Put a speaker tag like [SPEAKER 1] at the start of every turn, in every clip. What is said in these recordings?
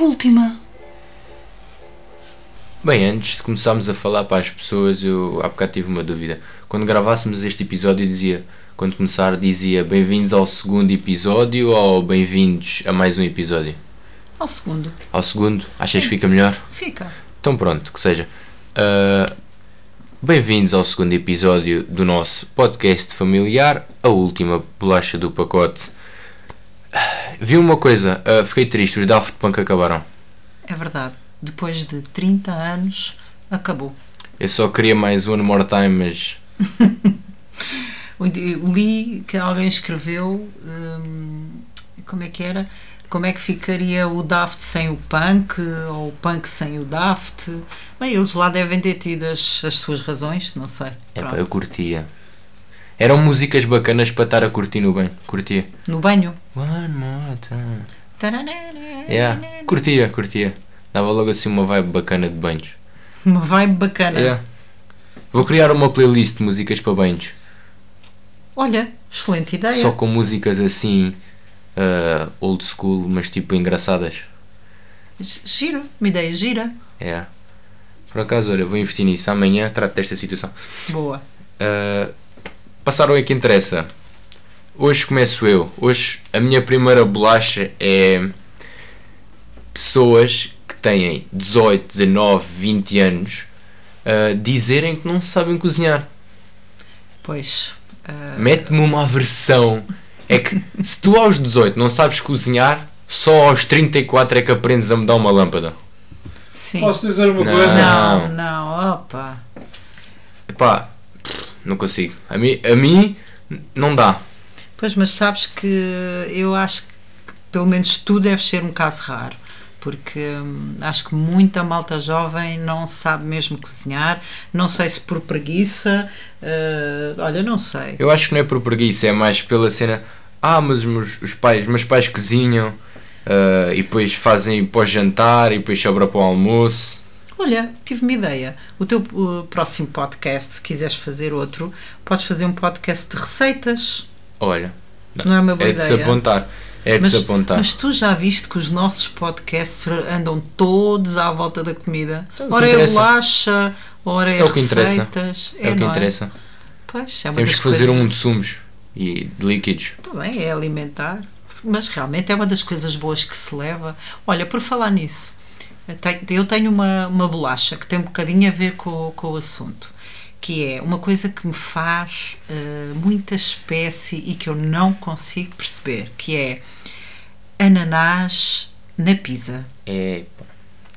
[SPEAKER 1] última.
[SPEAKER 2] Bem, antes de começarmos a falar para as pessoas, eu há bocado tive uma dúvida. Quando gravássemos este episódio, eu dizia, quando começar, dizia bem-vindos ao segundo episódio ou bem-vindos a mais um episódio?
[SPEAKER 1] Ao segundo.
[SPEAKER 2] Ao segundo? Achas que fica melhor?
[SPEAKER 1] Fica.
[SPEAKER 2] Então pronto, que seja. Ah, Bem-vindos ao segundo episódio do nosso podcast familiar, a última bolacha do pacote. Ah, Vi uma coisa, ah, fiquei triste, os Daft Punk acabaram.
[SPEAKER 1] É verdade. Depois de 30 anos, acabou.
[SPEAKER 2] Eu só queria mais One More Time, mas
[SPEAKER 1] Eu di- Li que alguém escreveu. hum, como é que era? Como é que ficaria o Daft sem o punk? Ou o punk sem o Daft? Bem, eles lá devem ter tido as, as suas razões, não sei.
[SPEAKER 2] epá,
[SPEAKER 1] Pronto.
[SPEAKER 2] É eu curtia. Eram músicas bacanas para estar a curtir no bem, curtia.
[SPEAKER 1] No banho.
[SPEAKER 2] One More Time.
[SPEAKER 1] Tararara.
[SPEAKER 2] Yeah, curtia, curtia. Dava logo assim uma vibe bacana de banhos.
[SPEAKER 1] Uma vibe bacana.
[SPEAKER 2] Yeah. Vou criar uma playlist de músicas para banhos.
[SPEAKER 1] Olha, excelente ideia.
[SPEAKER 2] Só com músicas assim ah, old school, mas tipo engraçadas.
[SPEAKER 1] Giro, uma ideia gira.
[SPEAKER 2] É. Por acaso, olha, vou investir nisso. Amanhã trato desta situação.
[SPEAKER 1] Boa.
[SPEAKER 2] Ah, passar ao que interessa. Hoje começo eu. Hoje a minha primeira bolacha é pessoas que têm 18, 19, 20 anos ah, dizerem que não sabem cozinhar.
[SPEAKER 1] Pois. ah,
[SPEAKER 2] Mete-me uma aversão. É que se tu aos 18 não sabes cozinhar, só aos 34 é que aprendes a mudar uma lâmpada.
[SPEAKER 1] sim.
[SPEAKER 3] Posso dizer uma
[SPEAKER 2] Não.
[SPEAKER 3] coisa?
[SPEAKER 1] Não, não, opa.
[SPEAKER 2] Epá, não consigo. A mim, a mim não dá.
[SPEAKER 1] Pois, mas sabes que eu acho que pelo menos tu deves ser um caso raro. Porque hum, acho que muita malta jovem não sabe mesmo cozinhar. Não sei se por preguiça. ah, olha, não sei.
[SPEAKER 2] Eu acho que não é por preguiça, é mais pela cena. Ah, mas os meus os pais, os meus pais cozinham ah, e depois fazem para o jantar e depois sobra para o almoço.
[SPEAKER 1] Olha, tive uma ideia. O teu uh, próximo podcast, se quiseres fazer outro, podes fazer um podcast de receitas.
[SPEAKER 2] Olha,
[SPEAKER 1] Não é uma boa
[SPEAKER 2] é de
[SPEAKER 1] ideia.
[SPEAKER 2] se apontar. É de se apontar.
[SPEAKER 1] mas tu já viste que os nossos podcasts andam todos à volta da comida?
[SPEAKER 2] Então, o que
[SPEAKER 1] ora é
[SPEAKER 2] interessa.
[SPEAKER 1] bolacha, ora é,
[SPEAKER 2] É o que interessa.
[SPEAKER 1] receitas.
[SPEAKER 2] é o que
[SPEAKER 1] não
[SPEAKER 2] interessa.
[SPEAKER 1] Pois, é uma
[SPEAKER 2] Temos
[SPEAKER 1] das
[SPEAKER 2] que fazer
[SPEAKER 1] coisas-
[SPEAKER 2] um de sumos e de líquidos.
[SPEAKER 1] Também é alimentar. Mas realmente é uma das coisas boas que se leva. Olha, por falar nisso, eu tenho- eu tenho uma, uma bolacha que tem um bocadinho a ver com, o- com o assunto, que é uma coisa que me faz eh, muita espécie e que eu não consigo perceber, que é ananás na pizza.
[SPEAKER 2] É, pá,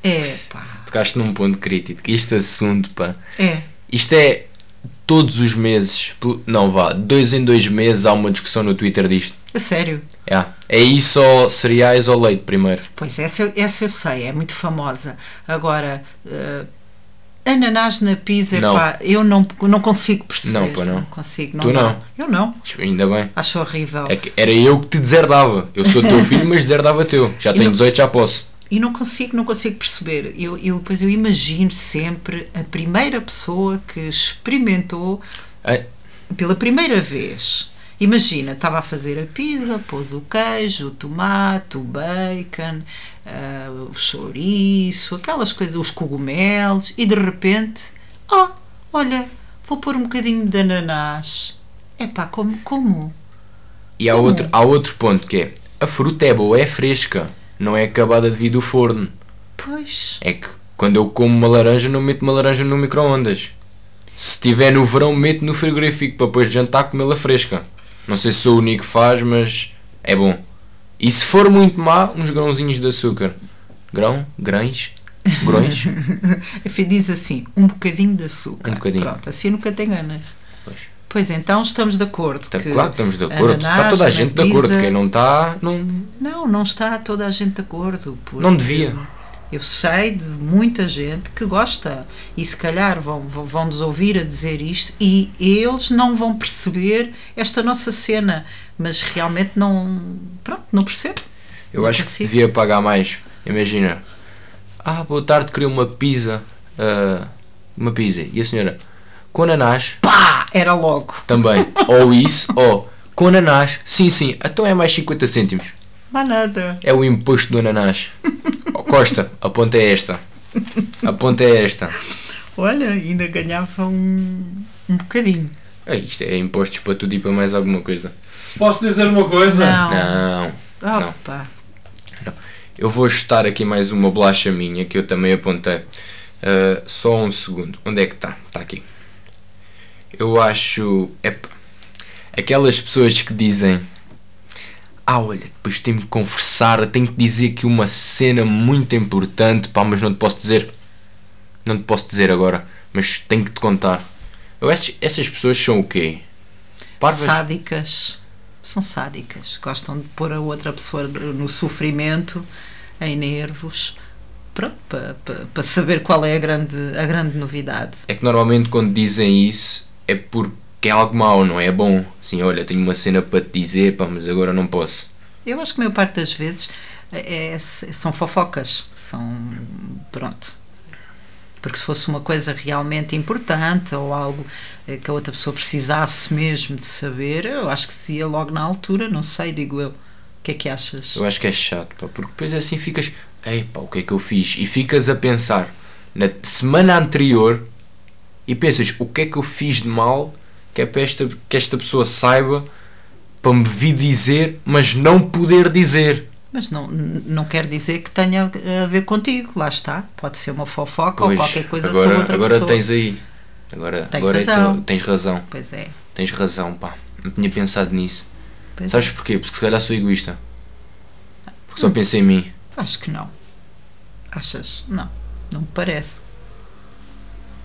[SPEAKER 1] É, pá,
[SPEAKER 2] tocaste num ponto crítico. Este assunto, pá.
[SPEAKER 1] é.
[SPEAKER 2] Isto é todos os meses, pelo- não vá, dois em dois meses há uma discussão no Twitter disto.
[SPEAKER 1] A sério.
[SPEAKER 2] É, é isso ou cereais ou leite primeiro?
[SPEAKER 1] Pois, essa, eu- essa eu sei, é muito famosa. Agora, eh, ananás na pizza,
[SPEAKER 2] Não.
[SPEAKER 1] pá, eu não, não consigo perceber.
[SPEAKER 2] Não, pá, não.
[SPEAKER 1] consigo,
[SPEAKER 2] Tu
[SPEAKER 1] dá.
[SPEAKER 2] não.
[SPEAKER 1] Eu não.
[SPEAKER 2] Ainda bem.
[SPEAKER 1] Acho horrível.
[SPEAKER 2] É que era eu que te deserdava. Eu sou teu filho, mas deserdava teu. Já tenho
[SPEAKER 1] não-
[SPEAKER 2] 18, já posso.
[SPEAKER 1] E não consigo, não consigo perceber. Eu, eu, pois eu imagino sempre a primeira pessoa que experimentou
[SPEAKER 2] É,
[SPEAKER 1] pela primeira vez. Imagina, estava a fazer a pizza, pôs o queijo, o tomate, o bacon, ah, o chouriço, aquelas coisas, os cogumelos, e de repente, oh, olha, vou pôr um bocadinho de ananás. Epá, como? como?
[SPEAKER 2] E há outro, há outro ponto que é: a fruta é boa, é fresca. Não é acabada de vir do forno.
[SPEAKER 1] Pois,
[SPEAKER 2] É que quando eu como uma laranja, não meto uma laranja no micro-ondas. Se tiver no verão, meto no frigorífico para depois de jantar comê-la fresca. Não sei se sou o único que faz, mas é bom. E se for muito má, uns grãozinhos de açúcar. Grão? Grães? Grões?
[SPEAKER 1] diz assim, um bocadinho de açúcar.
[SPEAKER 2] Um bocadinho.
[SPEAKER 1] Pronto, assim nunca te enganas.
[SPEAKER 2] Pois.
[SPEAKER 1] Pois então, estamos de acordo.
[SPEAKER 2] Tá,
[SPEAKER 1] que
[SPEAKER 2] claro, estamos de acordo. Está
[SPEAKER 1] ananás
[SPEAKER 2] toda a
[SPEAKER 1] na
[SPEAKER 2] gente de acordo.
[SPEAKER 1] pizza-
[SPEAKER 2] Quem não está, não,
[SPEAKER 1] Não, não está toda a gente de acordo. porque
[SPEAKER 2] Não devia.
[SPEAKER 1] Eu sei de muita gente que gosta e se calhar vão, vão, vão nos ouvir a dizer isto e eles não vão perceber esta nossa cena, mas realmente não. Pronto, não percebo.
[SPEAKER 2] Eu
[SPEAKER 1] Não
[SPEAKER 2] acho que se
[SPEAKER 1] consigo.
[SPEAKER 2] devia pagar mais. Imagina. Ah, boa tarde, queria uma pizza. ah, uma pizza. E a senhora? Com ananás?
[SPEAKER 1] Pá! Era logo.
[SPEAKER 2] Também. ou isso, ou com ananás. Sim, sim. Então é mais 50 cêntimos.
[SPEAKER 1] Mas nada.
[SPEAKER 2] É o imposto do ananás. Oh, Costa, a ponta é esta. A ponta é esta.
[SPEAKER 1] Olha, ainda ganhava um, um bocadinho.
[SPEAKER 2] Ah, isto é impostos para tudo e para mais alguma coisa.
[SPEAKER 3] Posso dizer uma coisa?
[SPEAKER 1] Não.
[SPEAKER 2] Não. não.
[SPEAKER 1] Opa.
[SPEAKER 2] Eu vou ajustar aqui mais uma blacha minha que eu também apontei. Ah, só um segundo. Onde é que está? Está aqui. Eu acho. Epá. Aquelas pessoas que dizem. Ah, olha, depois tenho que conversar, tenho que dizer aqui uma cena muito importante, pá, mas não te posso dizer. Não te posso dizer agora, mas tenho que te contar. Eu, essas, essas pessoas são o quê? Parvas?
[SPEAKER 1] Sádicas. São sádicas. Gostam de pôr a outra pessoa no sofrimento, em nervos. Pronto, para saber qual é a grande, a grande novidade.
[SPEAKER 2] É que normalmente quando dizem isso é porque é algo mau, não é bom. Sim, olha, tenho uma cena para te dizer, pá, mas agora não posso.
[SPEAKER 1] Eu acho que a maior parte das vezes é- é- são fofocas. São. Pronto. Porque se fosse uma coisa realmente importante ou algo eh, que a outra pessoa precisasse mesmo de saber, eu acho que se ia logo na altura, não sei, digo eu. O que é que achas?
[SPEAKER 2] Eu acho que é chato, pá, porque depois assim ficas, ei pá, o que é que eu fiz? E ficas a pensar na semana anterior e pensas, o que é que eu fiz de mal que é para esta, que esta pessoa saiba para me vir dizer, mas não poder dizer.
[SPEAKER 1] Mas não, n- não quer dizer que tenha eh, a ver contigo, lá está. Pode ser uma fofoca ou
[SPEAKER 2] Pois,
[SPEAKER 1] qualquer coisa
[SPEAKER 2] agora,
[SPEAKER 1] sobre outra
[SPEAKER 2] agora
[SPEAKER 1] pessoa.
[SPEAKER 2] tens aí. Agora,
[SPEAKER 1] Tenho
[SPEAKER 2] agora é que
[SPEAKER 1] razão.
[SPEAKER 2] tu- tens razão.
[SPEAKER 1] Pois é.
[SPEAKER 2] Tens razão, pá. Não tinha pensado nisso.
[SPEAKER 1] Pois é.
[SPEAKER 2] Sabes porquê? Porque se calhar sou egoísta. Porque só penso em mim.
[SPEAKER 1] é. Acho que não. Achas? Não. Não me parece.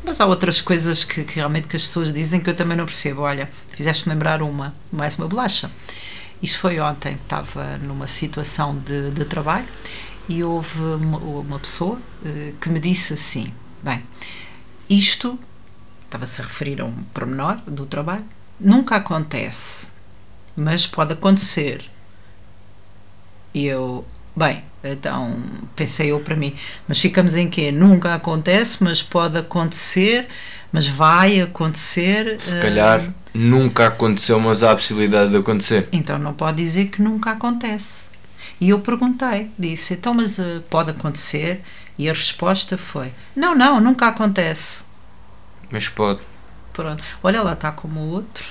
[SPEAKER 1] Mas há outras coisas que, que realmente que as pessoas dizem que eu também não percebo. Olha, fizeste-me lembrar uma, mais uma bolacha. Isto foi ontem, estava numa situação de, de trabalho e houve uma, uma pessoa eh, que me disse assim: Bem, isto, estava-se a referir a um pormenor do trabalho, nunca acontece, mas pode acontecer. E eu, bem, então pensei eu para mim, mas ficamos em quê? Nunca acontece, mas pode acontecer, mas vai acontecer.
[SPEAKER 2] Se
[SPEAKER 1] eh,
[SPEAKER 2] calhar nunca aconteceu, mas há a possibilidade de acontecer.
[SPEAKER 1] então não pode dizer que nunca acontece. E eu perguntei, disse, então mas eh, pode acontecer? E a resposta foi, não, não, nunca acontece.
[SPEAKER 2] Mas pode.
[SPEAKER 1] Pronto, olha lá, está como o outro,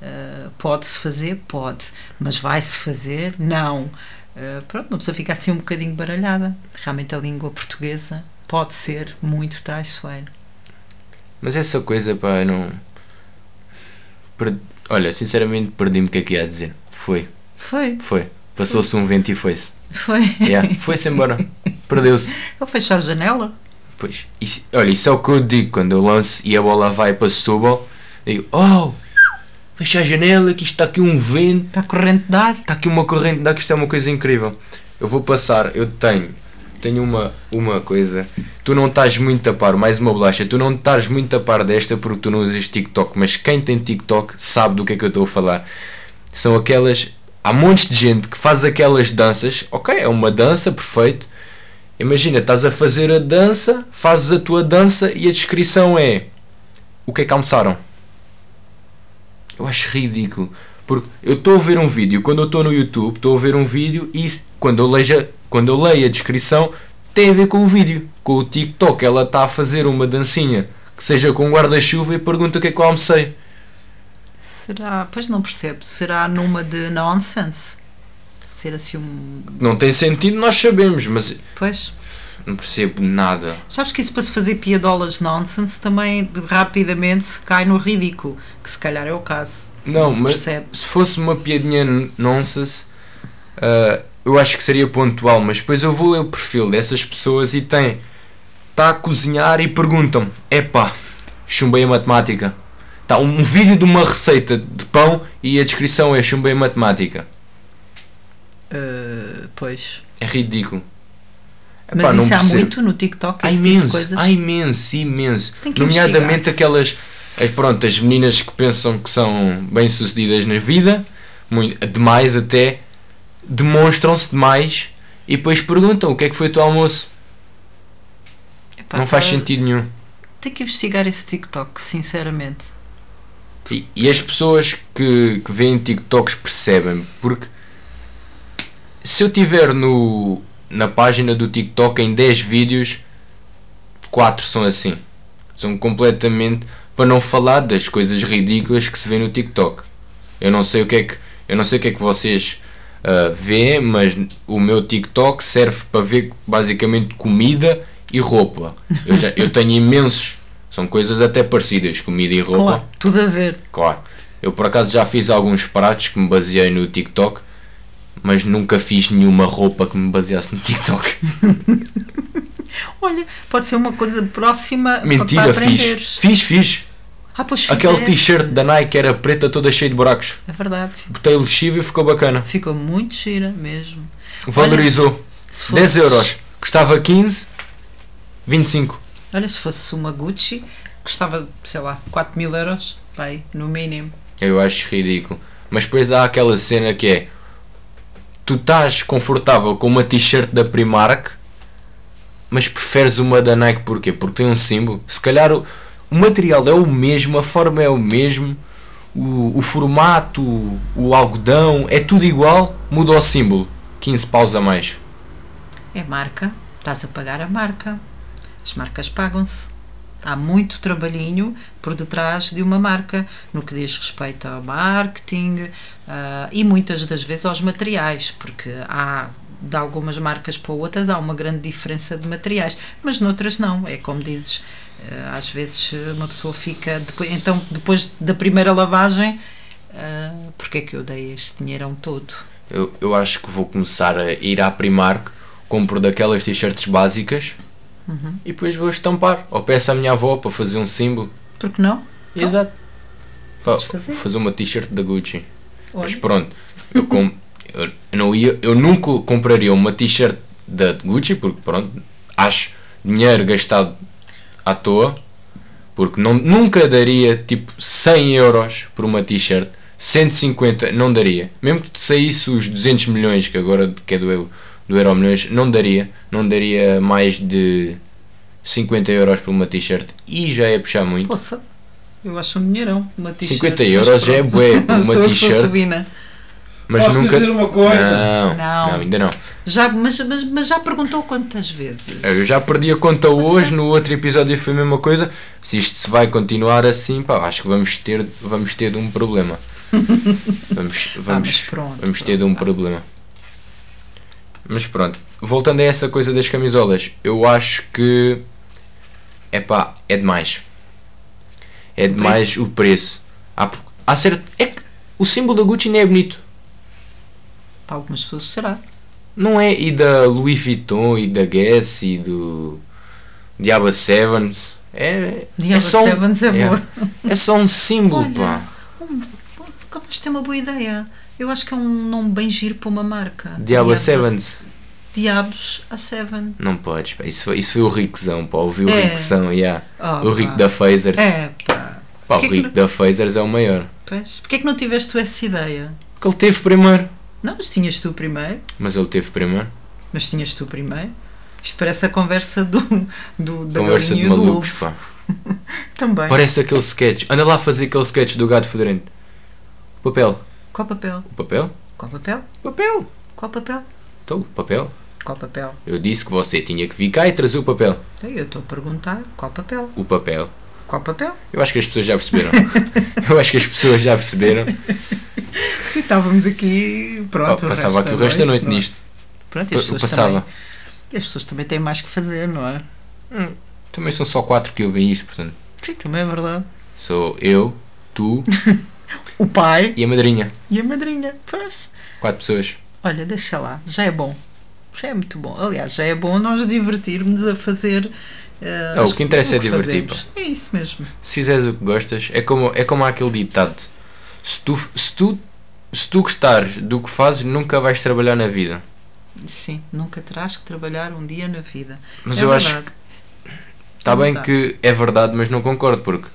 [SPEAKER 1] eh, pode-se fazer? Pode, mas vai-se fazer? Não. Eh, pronto, uma pessoa fica assim um bocadinho baralhada. Realmente a língua portuguesa pode ser muito traiçoeira.
[SPEAKER 2] Mas essa coisa, pá, eu não. Per- Olha, sinceramente perdi-me o que é que ia dizer. Foi,
[SPEAKER 1] Foi,
[SPEAKER 2] foi. Passou-se um vento e foi-se.
[SPEAKER 1] foi.
[SPEAKER 2] Yeah. Foi-se embora. Perdeu-se.
[SPEAKER 1] Ele fechou a janela?
[SPEAKER 2] Pois. Isso- olha, isso é o que eu digo quando eu lanço e a bola vai para Setúbal. Digo, oh, fecha a janela que isto está aqui um vento.
[SPEAKER 1] Está corrente de ar?
[SPEAKER 2] Está Tá aqui uma corrente de ar que isto é uma coisa incrível. Eu vou passar, eu tenho, tenho uma, uma coisa. Tu não estás muito a par, mais uma bolacha, tu não estás muito a par desta porque tu não usas TikTok, mas quem tem TikTok sabe do que é que eu estou a falar. São aquelas. Há montes de gente que faz aquelas danças, ok, é uma dança, perfeito. Imagina, estás a fazer a dança, fazes a tua dança e a descrição é o que é que almoçaram. Eu acho ridículo. Porque eu estou a ver um vídeo, quando eu estou no YouTube, estou a ver um vídeo e quando eu, leio, quando eu leio a descrição tem a ver com o vídeo. Com o TikTok, ela está a fazer uma dancinha que seja com um guarda-chuva e pergunta o que é que eu almocei.
[SPEAKER 1] Será, pois não percebo, será numa de nonsense? Ser assim um.
[SPEAKER 2] Não tem sentido, nós sabemos, mas
[SPEAKER 1] Pois.
[SPEAKER 2] não percebo nada.
[SPEAKER 1] Sabes que isso para se fazer piadolas nonsense também de- rapidamente se cai no ridículo, que se calhar é o caso.
[SPEAKER 2] Não,
[SPEAKER 1] se
[SPEAKER 2] mas
[SPEAKER 1] percebe.
[SPEAKER 2] se fosse uma piadinha n- nonsense, ah, eu acho que seria pontual, mas depois eu vou ler o perfil dessas pessoas e tem está a cozinhar e perguntam epá, chumbei a matemática. Está um, um vídeo de uma receita de pão e a descrição é chumbei a matemática.
[SPEAKER 1] Eh, pois.
[SPEAKER 2] É ridículo. Epá,
[SPEAKER 1] Mas
[SPEAKER 2] não
[SPEAKER 1] isso há
[SPEAKER 2] percebo.
[SPEAKER 1] muito no TikTok,
[SPEAKER 2] Há
[SPEAKER 1] esse tipo de
[SPEAKER 2] imenso,
[SPEAKER 1] coisas.
[SPEAKER 2] há imenso, imenso.
[SPEAKER 1] Tem que
[SPEAKER 2] Nomeadamente aquelas, as, pronto, as meninas que pensam que são bem-sucedidas na vida, muito, demais até, demonstram-se demais e depois perguntam o que é que foi o teu almoço.
[SPEAKER 1] Epá,
[SPEAKER 2] não faz
[SPEAKER 1] tá-
[SPEAKER 2] sentido nenhum.
[SPEAKER 1] Tem que investigar esse TikTok, sinceramente.
[SPEAKER 2] E, e as pessoas que, que veem TikToks percebem, porque se eu estiver no, na página do TikTok em 10 vídeos, 4 são assim. São completamente para não falar das coisas ridículas que se vê no TikTok. Eu não sei o que é que, eu não sei o que, é que vocês ah, veem, mas o meu TikTok serve para ver basicamente comida e roupa. Eu, já, eu tenho imensos, são coisas até parecidas, comida e roupa.
[SPEAKER 1] Claro, tudo a ver.
[SPEAKER 2] Claro. Eu por acaso já fiz alguns pratos que me baseei no TikTok, mas nunca fiz nenhuma roupa que me baseasse no TikTok.
[SPEAKER 1] Olha, pode ser uma coisa próxima pa- para
[SPEAKER 2] Mentira, fiz.
[SPEAKER 1] aprenderes.
[SPEAKER 2] Fiz, fiz.
[SPEAKER 1] Ah, pois
[SPEAKER 2] Aquele
[SPEAKER 1] fizeste.
[SPEAKER 2] t-shirt da Nike era preta toda cheia de buracos.
[SPEAKER 1] É verdade.
[SPEAKER 2] Botei lixívio e ficou bacana.
[SPEAKER 1] Ficou muito gira mesmo.
[SPEAKER 2] Valorizou.
[SPEAKER 1] Se
[SPEAKER 2] 10
[SPEAKER 1] fosses-
[SPEAKER 2] euros. Custava 15, 25.
[SPEAKER 1] Olha, se fosse uma Gucci, custava, sei lá, 4 mil euros. Vai, no mínimo.
[SPEAKER 2] Eu acho ridículo. Mas depois há aquela cena que é: tu estás confortável com uma t-shirt da Primark, mas preferes uma da Nike porquê? Porque tem um símbolo. Se calhar o, o material é o mesmo, a forma é o mesmo, o, o formato, o, o algodão, é tudo igual, muda o símbolo. 15 paus a mais.
[SPEAKER 1] É marca. Estás a pagar a marca. As marcas pagam-se. Há muito trabalhinho por detrás de uma marca, no que diz respeito ao marketing ah, e muitas das vezes aos materiais, porque há de algumas marcas para outras há uma grande diferença de materiais, mas noutras não. É como dizes, ah, às vezes eh, uma pessoa fica. Depois, então, depois da primeira lavagem, ah, porque é que eu dei este dinheirão todo?
[SPEAKER 2] Eu, eu acho que vou começar a ir à Primark, compro daquelas t-shirts básicas e depois vou estampar. Ou peço à minha avó para fazer um símbolo.
[SPEAKER 1] Porque não? Então,
[SPEAKER 2] Exato. Pá,
[SPEAKER 1] podes fazer.
[SPEAKER 2] fazer uma t-shirt da Gucci. Mas
[SPEAKER 1] Olha,
[SPEAKER 2] pronto, eu, com, eu, não ia, eu nunca compraria uma t-shirt da Gucci porque pronto, acho dinheiro gastado à toa. Porque não, nunca daria tipo 100 euros por uma t-shirt, 150 não daria. Mesmo que saísse os 200 milhões que agora que é do, eu- do Euro Milhões, não daria. Não daria mais de 50 euros por uma t-shirt e já é puxar muito.
[SPEAKER 1] Poça, eu acho um dinheirão. Uma t-shirt.
[SPEAKER 2] 50
[SPEAKER 1] mas
[SPEAKER 2] euros já é
[SPEAKER 1] pronto.
[SPEAKER 2] bué, uma
[SPEAKER 1] Sou eu que sou
[SPEAKER 2] t-shirt.
[SPEAKER 1] Subina.
[SPEAKER 2] Mas
[SPEAKER 3] Posso
[SPEAKER 2] nunca.
[SPEAKER 3] dizer uma coisa?
[SPEAKER 2] Não,
[SPEAKER 1] Não.
[SPEAKER 2] não, ainda não.
[SPEAKER 1] Já, mas, mas, mas já perguntou quantas vezes?
[SPEAKER 2] Eu já perdi a conta hoje, no outro episódio foi a mesma coisa. Se isto se vai continuar assim, pá, acho que vamos ter, vamos ter de um problema. Vamos,
[SPEAKER 1] Ah, mas
[SPEAKER 2] vamos,
[SPEAKER 1] pronto,
[SPEAKER 2] vamos ter de
[SPEAKER 1] pronto,
[SPEAKER 2] um
[SPEAKER 1] vá.
[SPEAKER 2] problema. Mas pronto, voltando a essa coisa das camisolas, eu acho que é pá, é demais. É demais o preço. Há, por- há certo, é que o símbolo da Gucci nem é bonito.
[SPEAKER 1] Para algumas pessoas será.
[SPEAKER 2] Não é? E da Louis Vuitton, e da Guess, e do Diaba Sevens. É,
[SPEAKER 1] Diaba
[SPEAKER 2] é só
[SPEAKER 1] Sevens é
[SPEAKER 2] um,
[SPEAKER 1] boa.
[SPEAKER 2] É só um símbolo, pá.
[SPEAKER 1] um, como isto é uma boa ideia. Eu acho que é um nome bem giro para uma marca.
[SPEAKER 2] Diaba
[SPEAKER 1] Diabos a-
[SPEAKER 2] Sevens.
[SPEAKER 1] Diabos a Seven.
[SPEAKER 2] Não podes, pá. Isso, foi- isso foi o riquezão, pá. Ouvi o
[SPEAKER 1] É.
[SPEAKER 2] riquezão, yeah.
[SPEAKER 1] Oh,
[SPEAKER 2] o rico
[SPEAKER 1] pá.
[SPEAKER 2] da Phasers.
[SPEAKER 1] É, pá.
[SPEAKER 2] Pá, o
[SPEAKER 1] Porquê que
[SPEAKER 2] rico
[SPEAKER 1] não-
[SPEAKER 2] da Phasers é o maior.
[SPEAKER 1] Pois, porquê é que não tiveste tu essa ideia?
[SPEAKER 2] Porque ele teve primeiro.
[SPEAKER 1] Não, mas tinhas tu primeiro.
[SPEAKER 2] Mas ele teve primeiro.
[SPEAKER 1] Mas tinhas tu primeiro. Isto parece a conversa do, do da
[SPEAKER 2] Conversa de
[SPEAKER 1] galinha e É. do
[SPEAKER 2] malucos,
[SPEAKER 1] lobo.
[SPEAKER 2] pá.
[SPEAKER 1] Também.
[SPEAKER 2] Parece aquele sketch. Anda lá fazer aquele sketch do gato fedorento. Papel.
[SPEAKER 1] Qual papel?
[SPEAKER 2] O papel?
[SPEAKER 1] Qual papel?
[SPEAKER 2] Papel.
[SPEAKER 1] Qual papel?
[SPEAKER 2] Então, papel.
[SPEAKER 1] Qual papel? Então,
[SPEAKER 2] Eu disse que você tinha que vir cá e trazer o papel.
[SPEAKER 1] Eu estou a perguntar qual papel?
[SPEAKER 2] O papel.
[SPEAKER 1] Qual papel?
[SPEAKER 2] Eu acho que as pessoas já perceberam. Eu acho que as pessoas já perceberam.
[SPEAKER 1] Sim, estávamos aqui,
[SPEAKER 2] Oh,
[SPEAKER 1] pronto. é
[SPEAKER 2] passava aqui o resto da noite nisto.
[SPEAKER 1] Pronto, e
[SPEAKER 2] Eu
[SPEAKER 1] as pessoas,
[SPEAKER 2] passava.
[SPEAKER 1] também, e as pessoas também têm mais que fazer, não é?
[SPEAKER 2] Também são só quatro que ouvem isto, portanto.
[SPEAKER 1] Sim, também é verdade.
[SPEAKER 2] Sou eu, tu
[SPEAKER 1] O pai
[SPEAKER 2] e a madrinha.
[SPEAKER 1] e a madrinha. Pois.
[SPEAKER 2] Quatro pessoas.
[SPEAKER 1] Olha, deixa lá, já é bom. Já é muito bom. Aliás, já é bom nós divertirmos a fazer. eh,
[SPEAKER 2] É, o
[SPEAKER 1] as-
[SPEAKER 2] que interessa é divertir,
[SPEAKER 1] fazemos. É isso mesmo.
[SPEAKER 2] Se fizeres o que gostas, é como, é como há aquele ditado. Se tu, se, tu, se tu gostares do que fazes, nunca vais trabalhar na vida.
[SPEAKER 1] Sim, nunca terás que trabalhar um dia na vida.
[SPEAKER 2] Mas
[SPEAKER 1] É
[SPEAKER 2] eu acho
[SPEAKER 1] verdade.
[SPEAKER 2] Está
[SPEAKER 1] É
[SPEAKER 2] bem
[SPEAKER 1] verdade.
[SPEAKER 2] que é verdade, mas não concordo, porque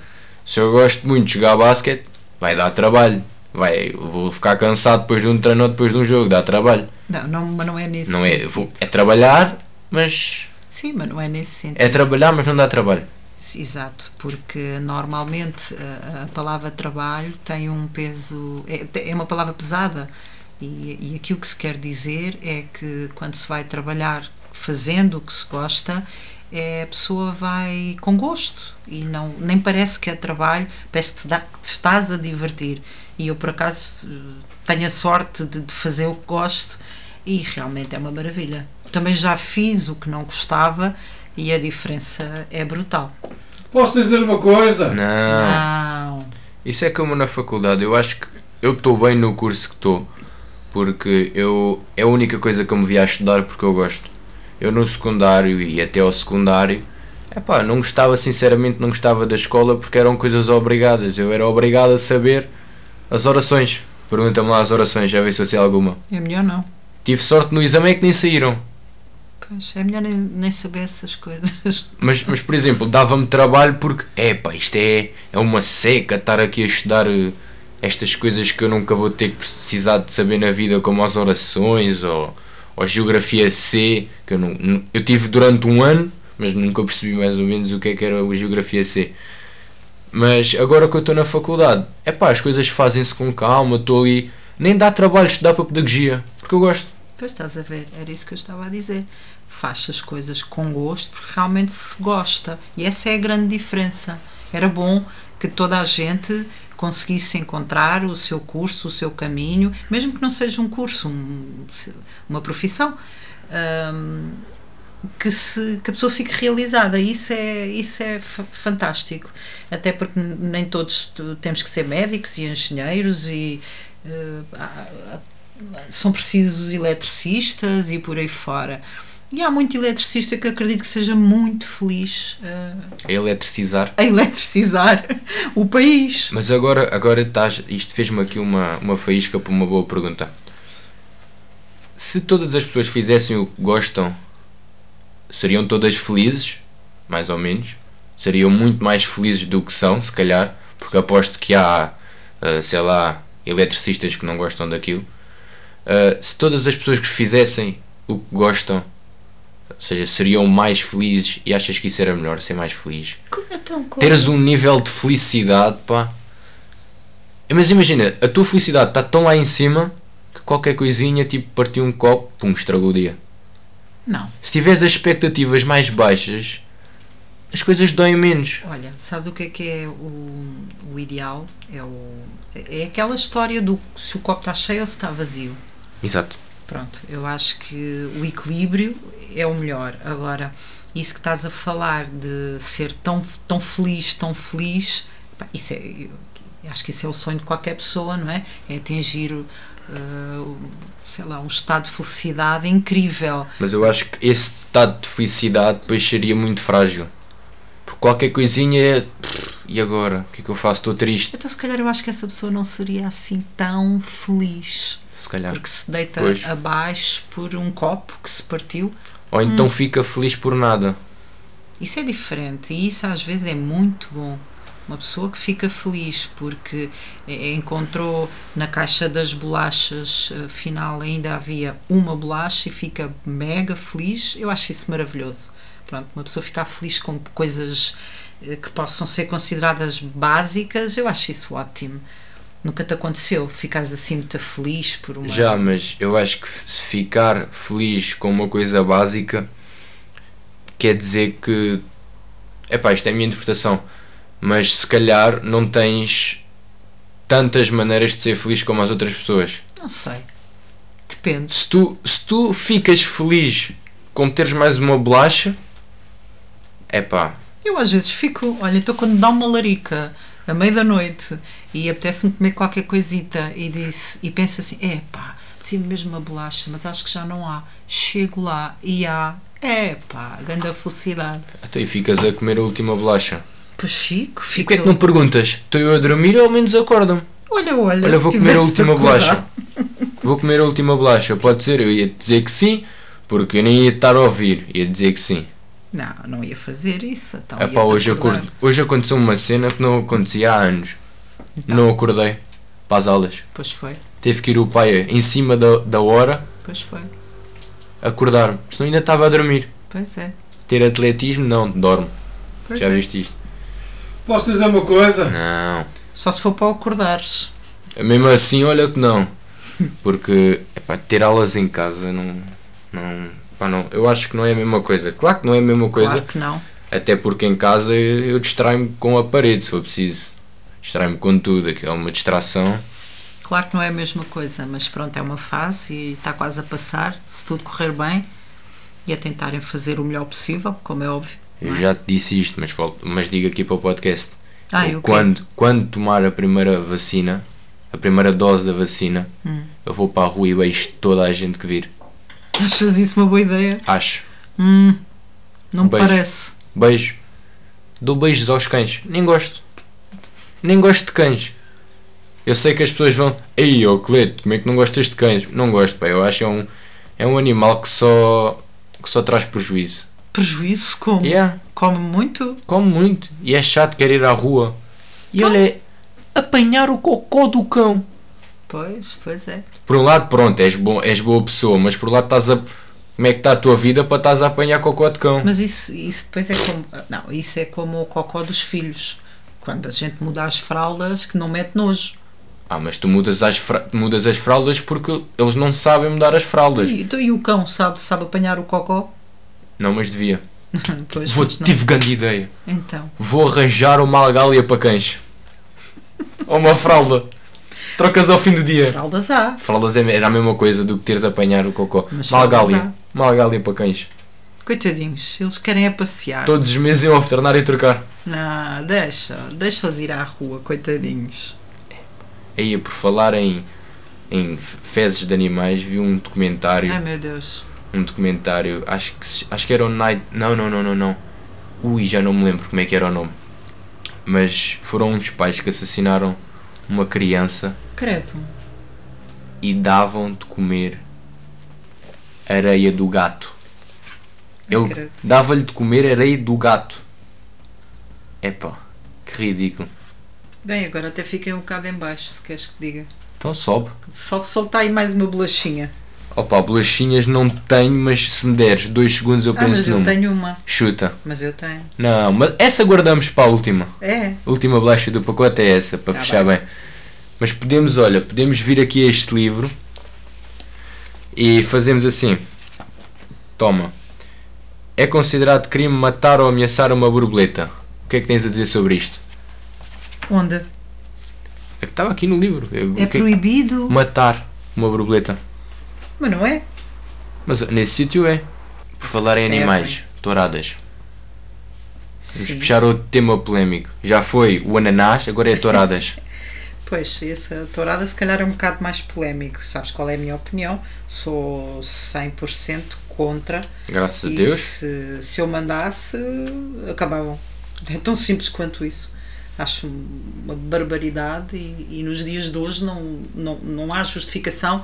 [SPEAKER 2] se eu gosto muito de jogar basquete, vai dar trabalho. Vai, eu vou ficar cansado depois de um treino ou depois de um jogo, dá trabalho.
[SPEAKER 1] Não, não, mas não é nesse
[SPEAKER 2] Não é,
[SPEAKER 1] sentido.
[SPEAKER 2] vou- é trabalhar, mas
[SPEAKER 1] Sim, mas não é nesse sentido.
[SPEAKER 2] é trabalhar, mas não dá trabalho.
[SPEAKER 1] Sim, Exato, porque eh, normalmente a, a palavra trabalho tem um peso, é, te- é uma palavra pesada E, e aqui o que se quer dizer é que quando se vai trabalhar fazendo o que se gosta, é, a pessoa vai com gosto e não, nem parece que é trabalho, parece que te, dá, que te estás a divertir. E eu, por acaso, tenho a sorte de, de fazer o que gosto e realmente é uma maravilha. Também já fiz o que não gostava e a diferença é brutal.
[SPEAKER 3] Posso dizer uma coisa?
[SPEAKER 1] Ah.
[SPEAKER 2] Não.
[SPEAKER 1] Não.
[SPEAKER 2] Isso é como na faculdade. Eu acho que eu estou bem no curso que estou. Porque eu é a única coisa que eu me vi a estudar porque eu gosto. Eu no secundário e até ao secundário, epá, não gostava, sinceramente, não gostava da escola porque eram coisas obrigadas. Eu era obrigado a saber as orações. Pergunta-me lá as orações, já vê se eu sei alguma.
[SPEAKER 1] É melhor não.
[SPEAKER 2] Tive sorte no exame é que nem saíram.
[SPEAKER 1] Pois, é melhor nem, nem saber essas coisas.
[SPEAKER 2] Mas, mas por exemplo, dava-me trabalho porque, epá, isto é, é uma seca estar aqui a estudar eh, estas coisas que eu nunca vou ter que precisar de saber na vida, como as orações ou, ou geografia C, que eu, não, nu- eu tive durante um ano, mas nunca percebi mais ou menos o que é que era a geografia C. Mas agora que eu estou na faculdade, epá, as coisas fazem-se com calma, estou ali, nem dá trabalho estudar para pedagogia, porque eu gosto.
[SPEAKER 1] Pois estás a ver, era isso que eu estava a dizer. Faça as coisas com gosto porque realmente se gosta. E essa é a grande diferença. Era bom que toda a gente conseguisse encontrar o seu curso, o seu caminho, mesmo que não seja um curso, um- uma profissão. Hum, que, se, que a pessoa fique realizada. Isso é, isso é fa- fantástico. Até porque n- nem todos tu- temos que ser médicos e engenheiros e eh, há- há- são precisos eletricistas e por aí fora. E há muito eletricista que acredito que seja muito feliz eh,
[SPEAKER 2] É eletricizar.
[SPEAKER 1] a eletricizar o país.
[SPEAKER 2] Mas agora, agora estás, isto fez-me aqui uma, uma faísca para uma boa pergunta. Se todas as pessoas fizessem o que gostam, seriam todas felizes? Mais ou menos. Seriam muito mais felizes do que são, se calhar, porque aposto que há, ah, sei lá, eletricistas que não gostam daquilo. Ah, se todas as pessoas que fizessem o que gostam, ou seja, seriam mais felizes e achas que isso era melhor, ser mais feliz?
[SPEAKER 1] Co- Então, claro.
[SPEAKER 2] teres um nível de felicidade, pá. Mas imagina, a tua felicidade está tão lá em cima que qualquer coisinha, tipo partiu um copo, pum, estragou o dia.
[SPEAKER 1] Não,
[SPEAKER 2] Se tiveres as expectativas mais baixas, as coisas doem menos.
[SPEAKER 1] olha, sabes o que é que é o, o ideal? É, o, é aquela história do se o copo está cheio ou se está vazio.
[SPEAKER 2] Exato.
[SPEAKER 1] Pronto, eu acho que o equilíbrio é o melhor. Agora, isso que estás a falar de ser tão, tão feliz, tão feliz, pá, isso é, eu acho que isso é o sonho de qualquer pessoa, não é? É atingir, eh, o- sei lá, um estado de felicidade incrível.
[SPEAKER 2] Mas eu acho que esse estado de felicidade depois seria muito frágil. Porque qualquer coisinha é. E agora? O que é que eu faço? Estou triste.
[SPEAKER 1] Então, se calhar, eu acho que essa pessoa não seria assim tão feliz.
[SPEAKER 2] Se calhar.
[SPEAKER 1] Porque se deita
[SPEAKER 2] É. Pois.
[SPEAKER 1] abaixo por um copo que se partiu,
[SPEAKER 2] Ou então fica feliz por nada.
[SPEAKER 1] Isso é diferente e isso às vezes é muito bom. Uma pessoa que fica feliz porque eh, encontrou na caixa das bolachas, eh, afinal ainda havia uma bolacha e fica mega feliz, eu acho isso maravilhoso. Pronto, uma pessoa ficar feliz com coisas eh, que possam ser consideradas básicas, eu acho isso ótimo. Nunca te aconteceu ficares assim muito feliz por uma.
[SPEAKER 2] Já, mas eu acho que se ficar feliz com uma coisa básica quer dizer que. Epá, isto é a minha interpretação. Mas se calhar não tens tantas maneiras de ser feliz como as outras pessoas.
[SPEAKER 1] Não sei. Depende.
[SPEAKER 2] Se tu, se tu ficas feliz com teres mais uma bolacha, epá,
[SPEAKER 1] Eu às vezes fico, olha, então quando dá uma larica a meio da noite e apetece-me comer qualquer coisita e, disse, e penso assim, é pá, preciso mesmo uma bolacha, mas acho que já não há. Chego lá e há, é pá, grande felicidade.
[SPEAKER 2] até aí então ficas a comer a última bolacha.
[SPEAKER 1] Pois fico,
[SPEAKER 2] E
[SPEAKER 1] fico.
[SPEAKER 2] porquê é que não perguntas? Estou eu a dormir ou ao menos acordam-me?
[SPEAKER 1] Olha, olha,
[SPEAKER 2] Olha, vou comer a
[SPEAKER 1] tivesse
[SPEAKER 2] última
[SPEAKER 1] acordado.
[SPEAKER 2] bolacha. Vou comer a última bolacha. Pode ser, eu ia dizer que sim, porque eu nem ia estar a ouvir. Ia dizer que sim.
[SPEAKER 1] Não, não ia fazer isso. Então
[SPEAKER 2] Ah,
[SPEAKER 1] ia-te
[SPEAKER 2] pá, hoje,
[SPEAKER 1] acordar.
[SPEAKER 2] acordo, hoje aconteceu uma cena que não acontecia há anos.
[SPEAKER 1] Então.
[SPEAKER 2] Não acordei para as aulas.
[SPEAKER 1] Pois foi,
[SPEAKER 2] Teve que ir o pai eh, em cima da, da hora
[SPEAKER 1] pois foi.
[SPEAKER 2] acordar-me. Senão ainda estava a dormir.
[SPEAKER 1] Pois é.
[SPEAKER 2] Ter atletismo, não, dorme.
[SPEAKER 1] Pois
[SPEAKER 2] Já
[SPEAKER 1] é.
[SPEAKER 2] viste isto?
[SPEAKER 3] Posso dizer uma coisa?
[SPEAKER 2] Não.
[SPEAKER 1] Só se for para acordares.
[SPEAKER 2] Mesmo assim, olha que não. Porque, epá, tirá-las em casa não. não, pá, não. Eu acho que não é a mesma coisa. Claro que não é a mesma coisa,
[SPEAKER 1] Claro que não.
[SPEAKER 2] até porque em casa eu eu distraio-me com a parede se for preciso. Distraio-me com tudo, aquilo é uma distração.
[SPEAKER 1] Claro que não é a mesma coisa, mas pronto, é uma fase e está quase a passar, se tudo correr bem e a tentarem fazer o melhor possível, como é óbvio.
[SPEAKER 2] Eu já te disse isto, mas, volto, mas digo aqui para o podcast.
[SPEAKER 1] Ah,
[SPEAKER 2] Eu
[SPEAKER 1] eu
[SPEAKER 2] quando, quando tomar a primeira vacina, a primeira dose da vacina, eu vou para a rua e beijo toda a gente que vir.
[SPEAKER 1] Achas isso uma boa ideia?
[SPEAKER 2] Acho.
[SPEAKER 1] Não me
[SPEAKER 2] Um Beijo.
[SPEAKER 1] parece.
[SPEAKER 2] Beijo. Dou beijos aos cães. Nem gosto. Nem gosto de cães. Eu sei que as pessoas vão. Ei, ô Cleto, como é que não gostas de cães? Não gosto, pá. Eu acho que é um, é um animal que só, que só traz prejuízo.
[SPEAKER 1] Prejuízo como?
[SPEAKER 2] Yeah,
[SPEAKER 1] Come muito?
[SPEAKER 2] come muito. E é chato, quer ir à rua. E
[SPEAKER 1] Então?
[SPEAKER 2] olha, apanhar o cocô do cão.
[SPEAKER 1] Pois, pois é.
[SPEAKER 2] Por um lado, pronto, és, bom, és boa pessoa, mas por outro lado estás a. Como é que está a tua vida para estás a apanhar cocô de cão?
[SPEAKER 1] Mas isso, isso depois é como. Não, isso é como o cocó dos filhos. Quando a gente muda as fraldas, que não mete nojo.
[SPEAKER 2] Ah, mas tu mudas as, fra- mudas as fraldas porque eles não sabem mudar as fraldas.
[SPEAKER 1] E, então, e o cão sabe, sabe apanhar o cocó?
[SPEAKER 2] Não, mas devia.
[SPEAKER 1] pois,
[SPEAKER 2] Vou,
[SPEAKER 1] mas não.
[SPEAKER 2] tive grande ideia.
[SPEAKER 1] Então.
[SPEAKER 2] Vou arranjar uma algália para cães. Ou uma fralda. Trocas ao fim do dia.
[SPEAKER 1] Fraldas há.
[SPEAKER 2] Fraldas é- era a mesma coisa do que teres a apanhar o cocó.
[SPEAKER 1] Mas
[SPEAKER 2] Uma
[SPEAKER 1] fraldas
[SPEAKER 2] algália. Uma algália para cães.
[SPEAKER 1] Coitadinhos, eles querem é passear.
[SPEAKER 2] Todos os meses iam ao veterinário e trocar.
[SPEAKER 1] Não, deixa, deixa-os ir à rua, coitadinhos.
[SPEAKER 2] Aí, por falar em, em fezes de animais, vi um documentário.
[SPEAKER 1] Ai meu Deus.
[SPEAKER 2] um documentário, acho que, se- acho que era o Night. Não, não, não, não, não. Ui, já não me lembro como é que era o nome. Mas foram uns pais que assassinaram uma criança
[SPEAKER 1] Credo.
[SPEAKER 2] e davam de comer areia do gato. Ele
[SPEAKER 1] credo.
[SPEAKER 2] dava-lhe de comer areia do gato. Epá, que ridículo.
[SPEAKER 1] Bem, agora até fiquei um bocado em baixo, se queres que diga.
[SPEAKER 2] Então sobe.
[SPEAKER 1] Só soltar aí mais uma bolachinha.
[SPEAKER 2] Opa, bolachinhas não tenho, mas se me deres dois segundos eu
[SPEAKER 1] Ah, mas
[SPEAKER 2] penso
[SPEAKER 1] eu
[SPEAKER 2] numa.
[SPEAKER 1] tenho uma.
[SPEAKER 2] Chuta.
[SPEAKER 1] Mas eu tenho.
[SPEAKER 2] Não, mas essa guardamos para a última.
[SPEAKER 1] É.
[SPEAKER 2] A última bolacha do pacote é essa, para
[SPEAKER 1] Tá
[SPEAKER 2] fechar bem.
[SPEAKER 1] bem.
[SPEAKER 2] Mas podemos, olha, podemos vir aqui a este livro e fazemos assim. Toma. É considerado crime matar ou ameaçar uma borboleta. O que é que tens a dizer sobre isto?
[SPEAKER 1] Onde?
[SPEAKER 2] É que estava aqui no livro.
[SPEAKER 1] É
[SPEAKER 2] Eu- o que é que-
[SPEAKER 1] proibido.
[SPEAKER 2] Matar uma borboleta.
[SPEAKER 1] Mas não é?
[SPEAKER 2] Mas nesse sítio é. Por falar em
[SPEAKER 1] Servem.
[SPEAKER 2] animais, touradas. Vamos
[SPEAKER 1] Sim.
[SPEAKER 2] puxar outro tema polémico. Já foi o ananás, agora é touradas.
[SPEAKER 1] Pois, essa tourada se calhar é um bocado mais polémico. Sabes qual é a minha opinião? Sou 100% contra.
[SPEAKER 2] Graças a
[SPEAKER 1] E
[SPEAKER 2] Deus.
[SPEAKER 1] Se, se eu mandasse, acabavam. É tão simples quanto isso. Acho uma barbaridade e, e nos dias de hoje não, não, não há justificação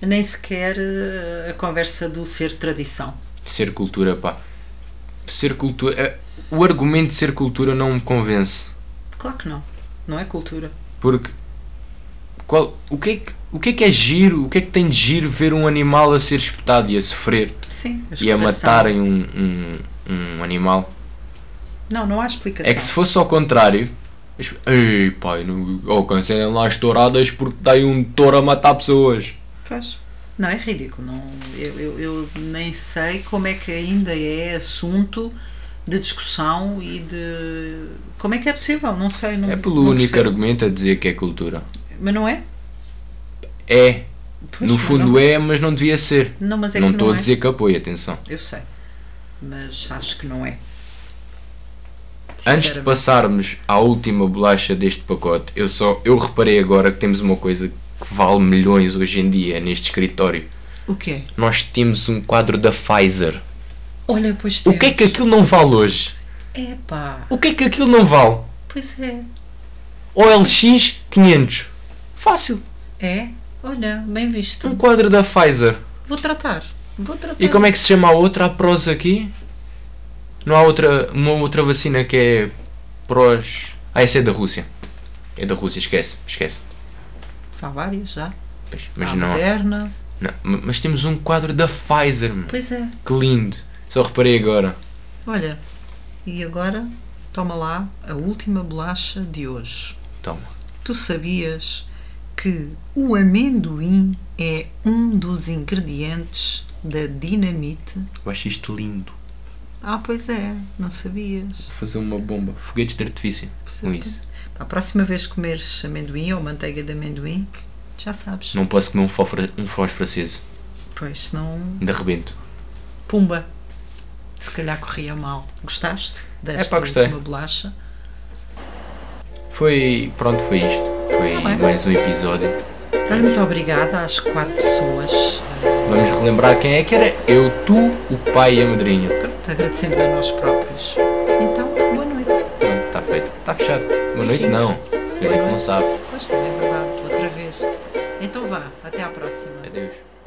[SPEAKER 1] nem sequer eh, a conversa do ser tradição.
[SPEAKER 2] Ser cultura, pá. Ser cultura. é- O argumento de ser cultura não me convence.
[SPEAKER 1] Claro que não. Não é cultura.
[SPEAKER 2] Porque. Qual, o, que é que, o que é que é giro? O que é que tem de giro ver um animal a ser espetado e a sofrer?
[SPEAKER 1] Sim. a
[SPEAKER 2] E a
[SPEAKER 1] explicação-
[SPEAKER 2] matarem um, um, um animal?
[SPEAKER 1] Não, não há explicação.
[SPEAKER 2] É que se fosse ao contrário. as- Ei, pai, não, oh, cancelem lá as touradas porque dá aí um touro a matar pessoas.
[SPEAKER 1] Pois. Não, é ridículo. Não, eu, eu, eu nem sei como é que ainda é assunto de discussão e de. Como é que é possível? Não sei. Não,
[SPEAKER 2] É pelo
[SPEAKER 1] não
[SPEAKER 2] único
[SPEAKER 1] percebo.
[SPEAKER 2] argumento a dizer que é cultura.
[SPEAKER 1] Mas não é?
[SPEAKER 2] É,
[SPEAKER 1] Pois,
[SPEAKER 2] no
[SPEAKER 1] mas
[SPEAKER 2] fundo
[SPEAKER 1] não,
[SPEAKER 2] é, mas não devia ser.
[SPEAKER 1] Não, mas é
[SPEAKER 2] não
[SPEAKER 1] que não
[SPEAKER 2] estou
[SPEAKER 1] é.
[SPEAKER 2] a dizer que apoio, atenção.
[SPEAKER 1] Eu sei. Mas acho que não é.
[SPEAKER 2] Antes de
[SPEAKER 1] Sinceramente.
[SPEAKER 2] passarmos à última bolacha deste pacote, eu só eu reparei agora que temos uma coisa que vale milhões hoje em dia neste escritório.
[SPEAKER 1] O quê?
[SPEAKER 2] Nós temos um quadro da Pfizer.
[SPEAKER 1] Olha, pois
[SPEAKER 2] O que é que aquilo não vale hoje?
[SPEAKER 1] É pá.
[SPEAKER 2] O que é que aquilo não vale?
[SPEAKER 1] Pois é.
[SPEAKER 2] OLX 500. Fácil.
[SPEAKER 1] É? Olha, bem visto.
[SPEAKER 2] Um quadro da Pfizer.
[SPEAKER 1] Vou tratar. Vou tratar.
[SPEAKER 2] E como é que se chama a outra? A pros aqui? Não há outra, uma outra vacina que é pros... Ah, essa é da Rússia. É da Rússia, esquece, esquece.
[SPEAKER 1] Há várias já.
[SPEAKER 2] Pois, Mas
[SPEAKER 1] Há
[SPEAKER 2] não,
[SPEAKER 1] Moderna.
[SPEAKER 2] Não, ma- mas temos um quadro da Pfizer, mano.
[SPEAKER 1] Pois é.
[SPEAKER 2] Que lindo. Só reparei agora.
[SPEAKER 1] Olha, e agora toma lá a última bolacha de hoje.
[SPEAKER 2] Toma.
[SPEAKER 1] Tu sabias que o amendoim é um dos ingredientes da dinamite?
[SPEAKER 2] Eu acho isto lindo.
[SPEAKER 1] Ah, pois é, não sabias.
[SPEAKER 2] Vou fazer uma bomba. Foguetes de artifício. Com isso.
[SPEAKER 1] A próxima vez que comeres amendoim ou manteiga de amendoim, já sabes.
[SPEAKER 2] Não posso comer um fósforo, um fósforo aceso.
[SPEAKER 1] Pois, senão,
[SPEAKER 2] De rebento.
[SPEAKER 1] pumba. Se calhar corria mal. Gostaste desta
[SPEAKER 2] Epá, É gostei.
[SPEAKER 1] última bolacha?
[SPEAKER 2] Foi. Pronto, foi isto. Foi
[SPEAKER 1] Tá bem.
[SPEAKER 2] mais um episódio.
[SPEAKER 1] Olha, muito obrigada às quatro pessoas.
[SPEAKER 2] Vamos relembrar quem é que era? Eu, tu, o pai e a madrinha.
[SPEAKER 1] Pronto, agradecemos a nós próprios. Então, boa noite.
[SPEAKER 2] Pronto, está feito. Está fechado. Boa noite,
[SPEAKER 1] Beijinhos.
[SPEAKER 2] não. Ele é que não sabe.
[SPEAKER 1] Pois também é verdade, outra vez. Então vá, até à próxima.
[SPEAKER 2] Adeus.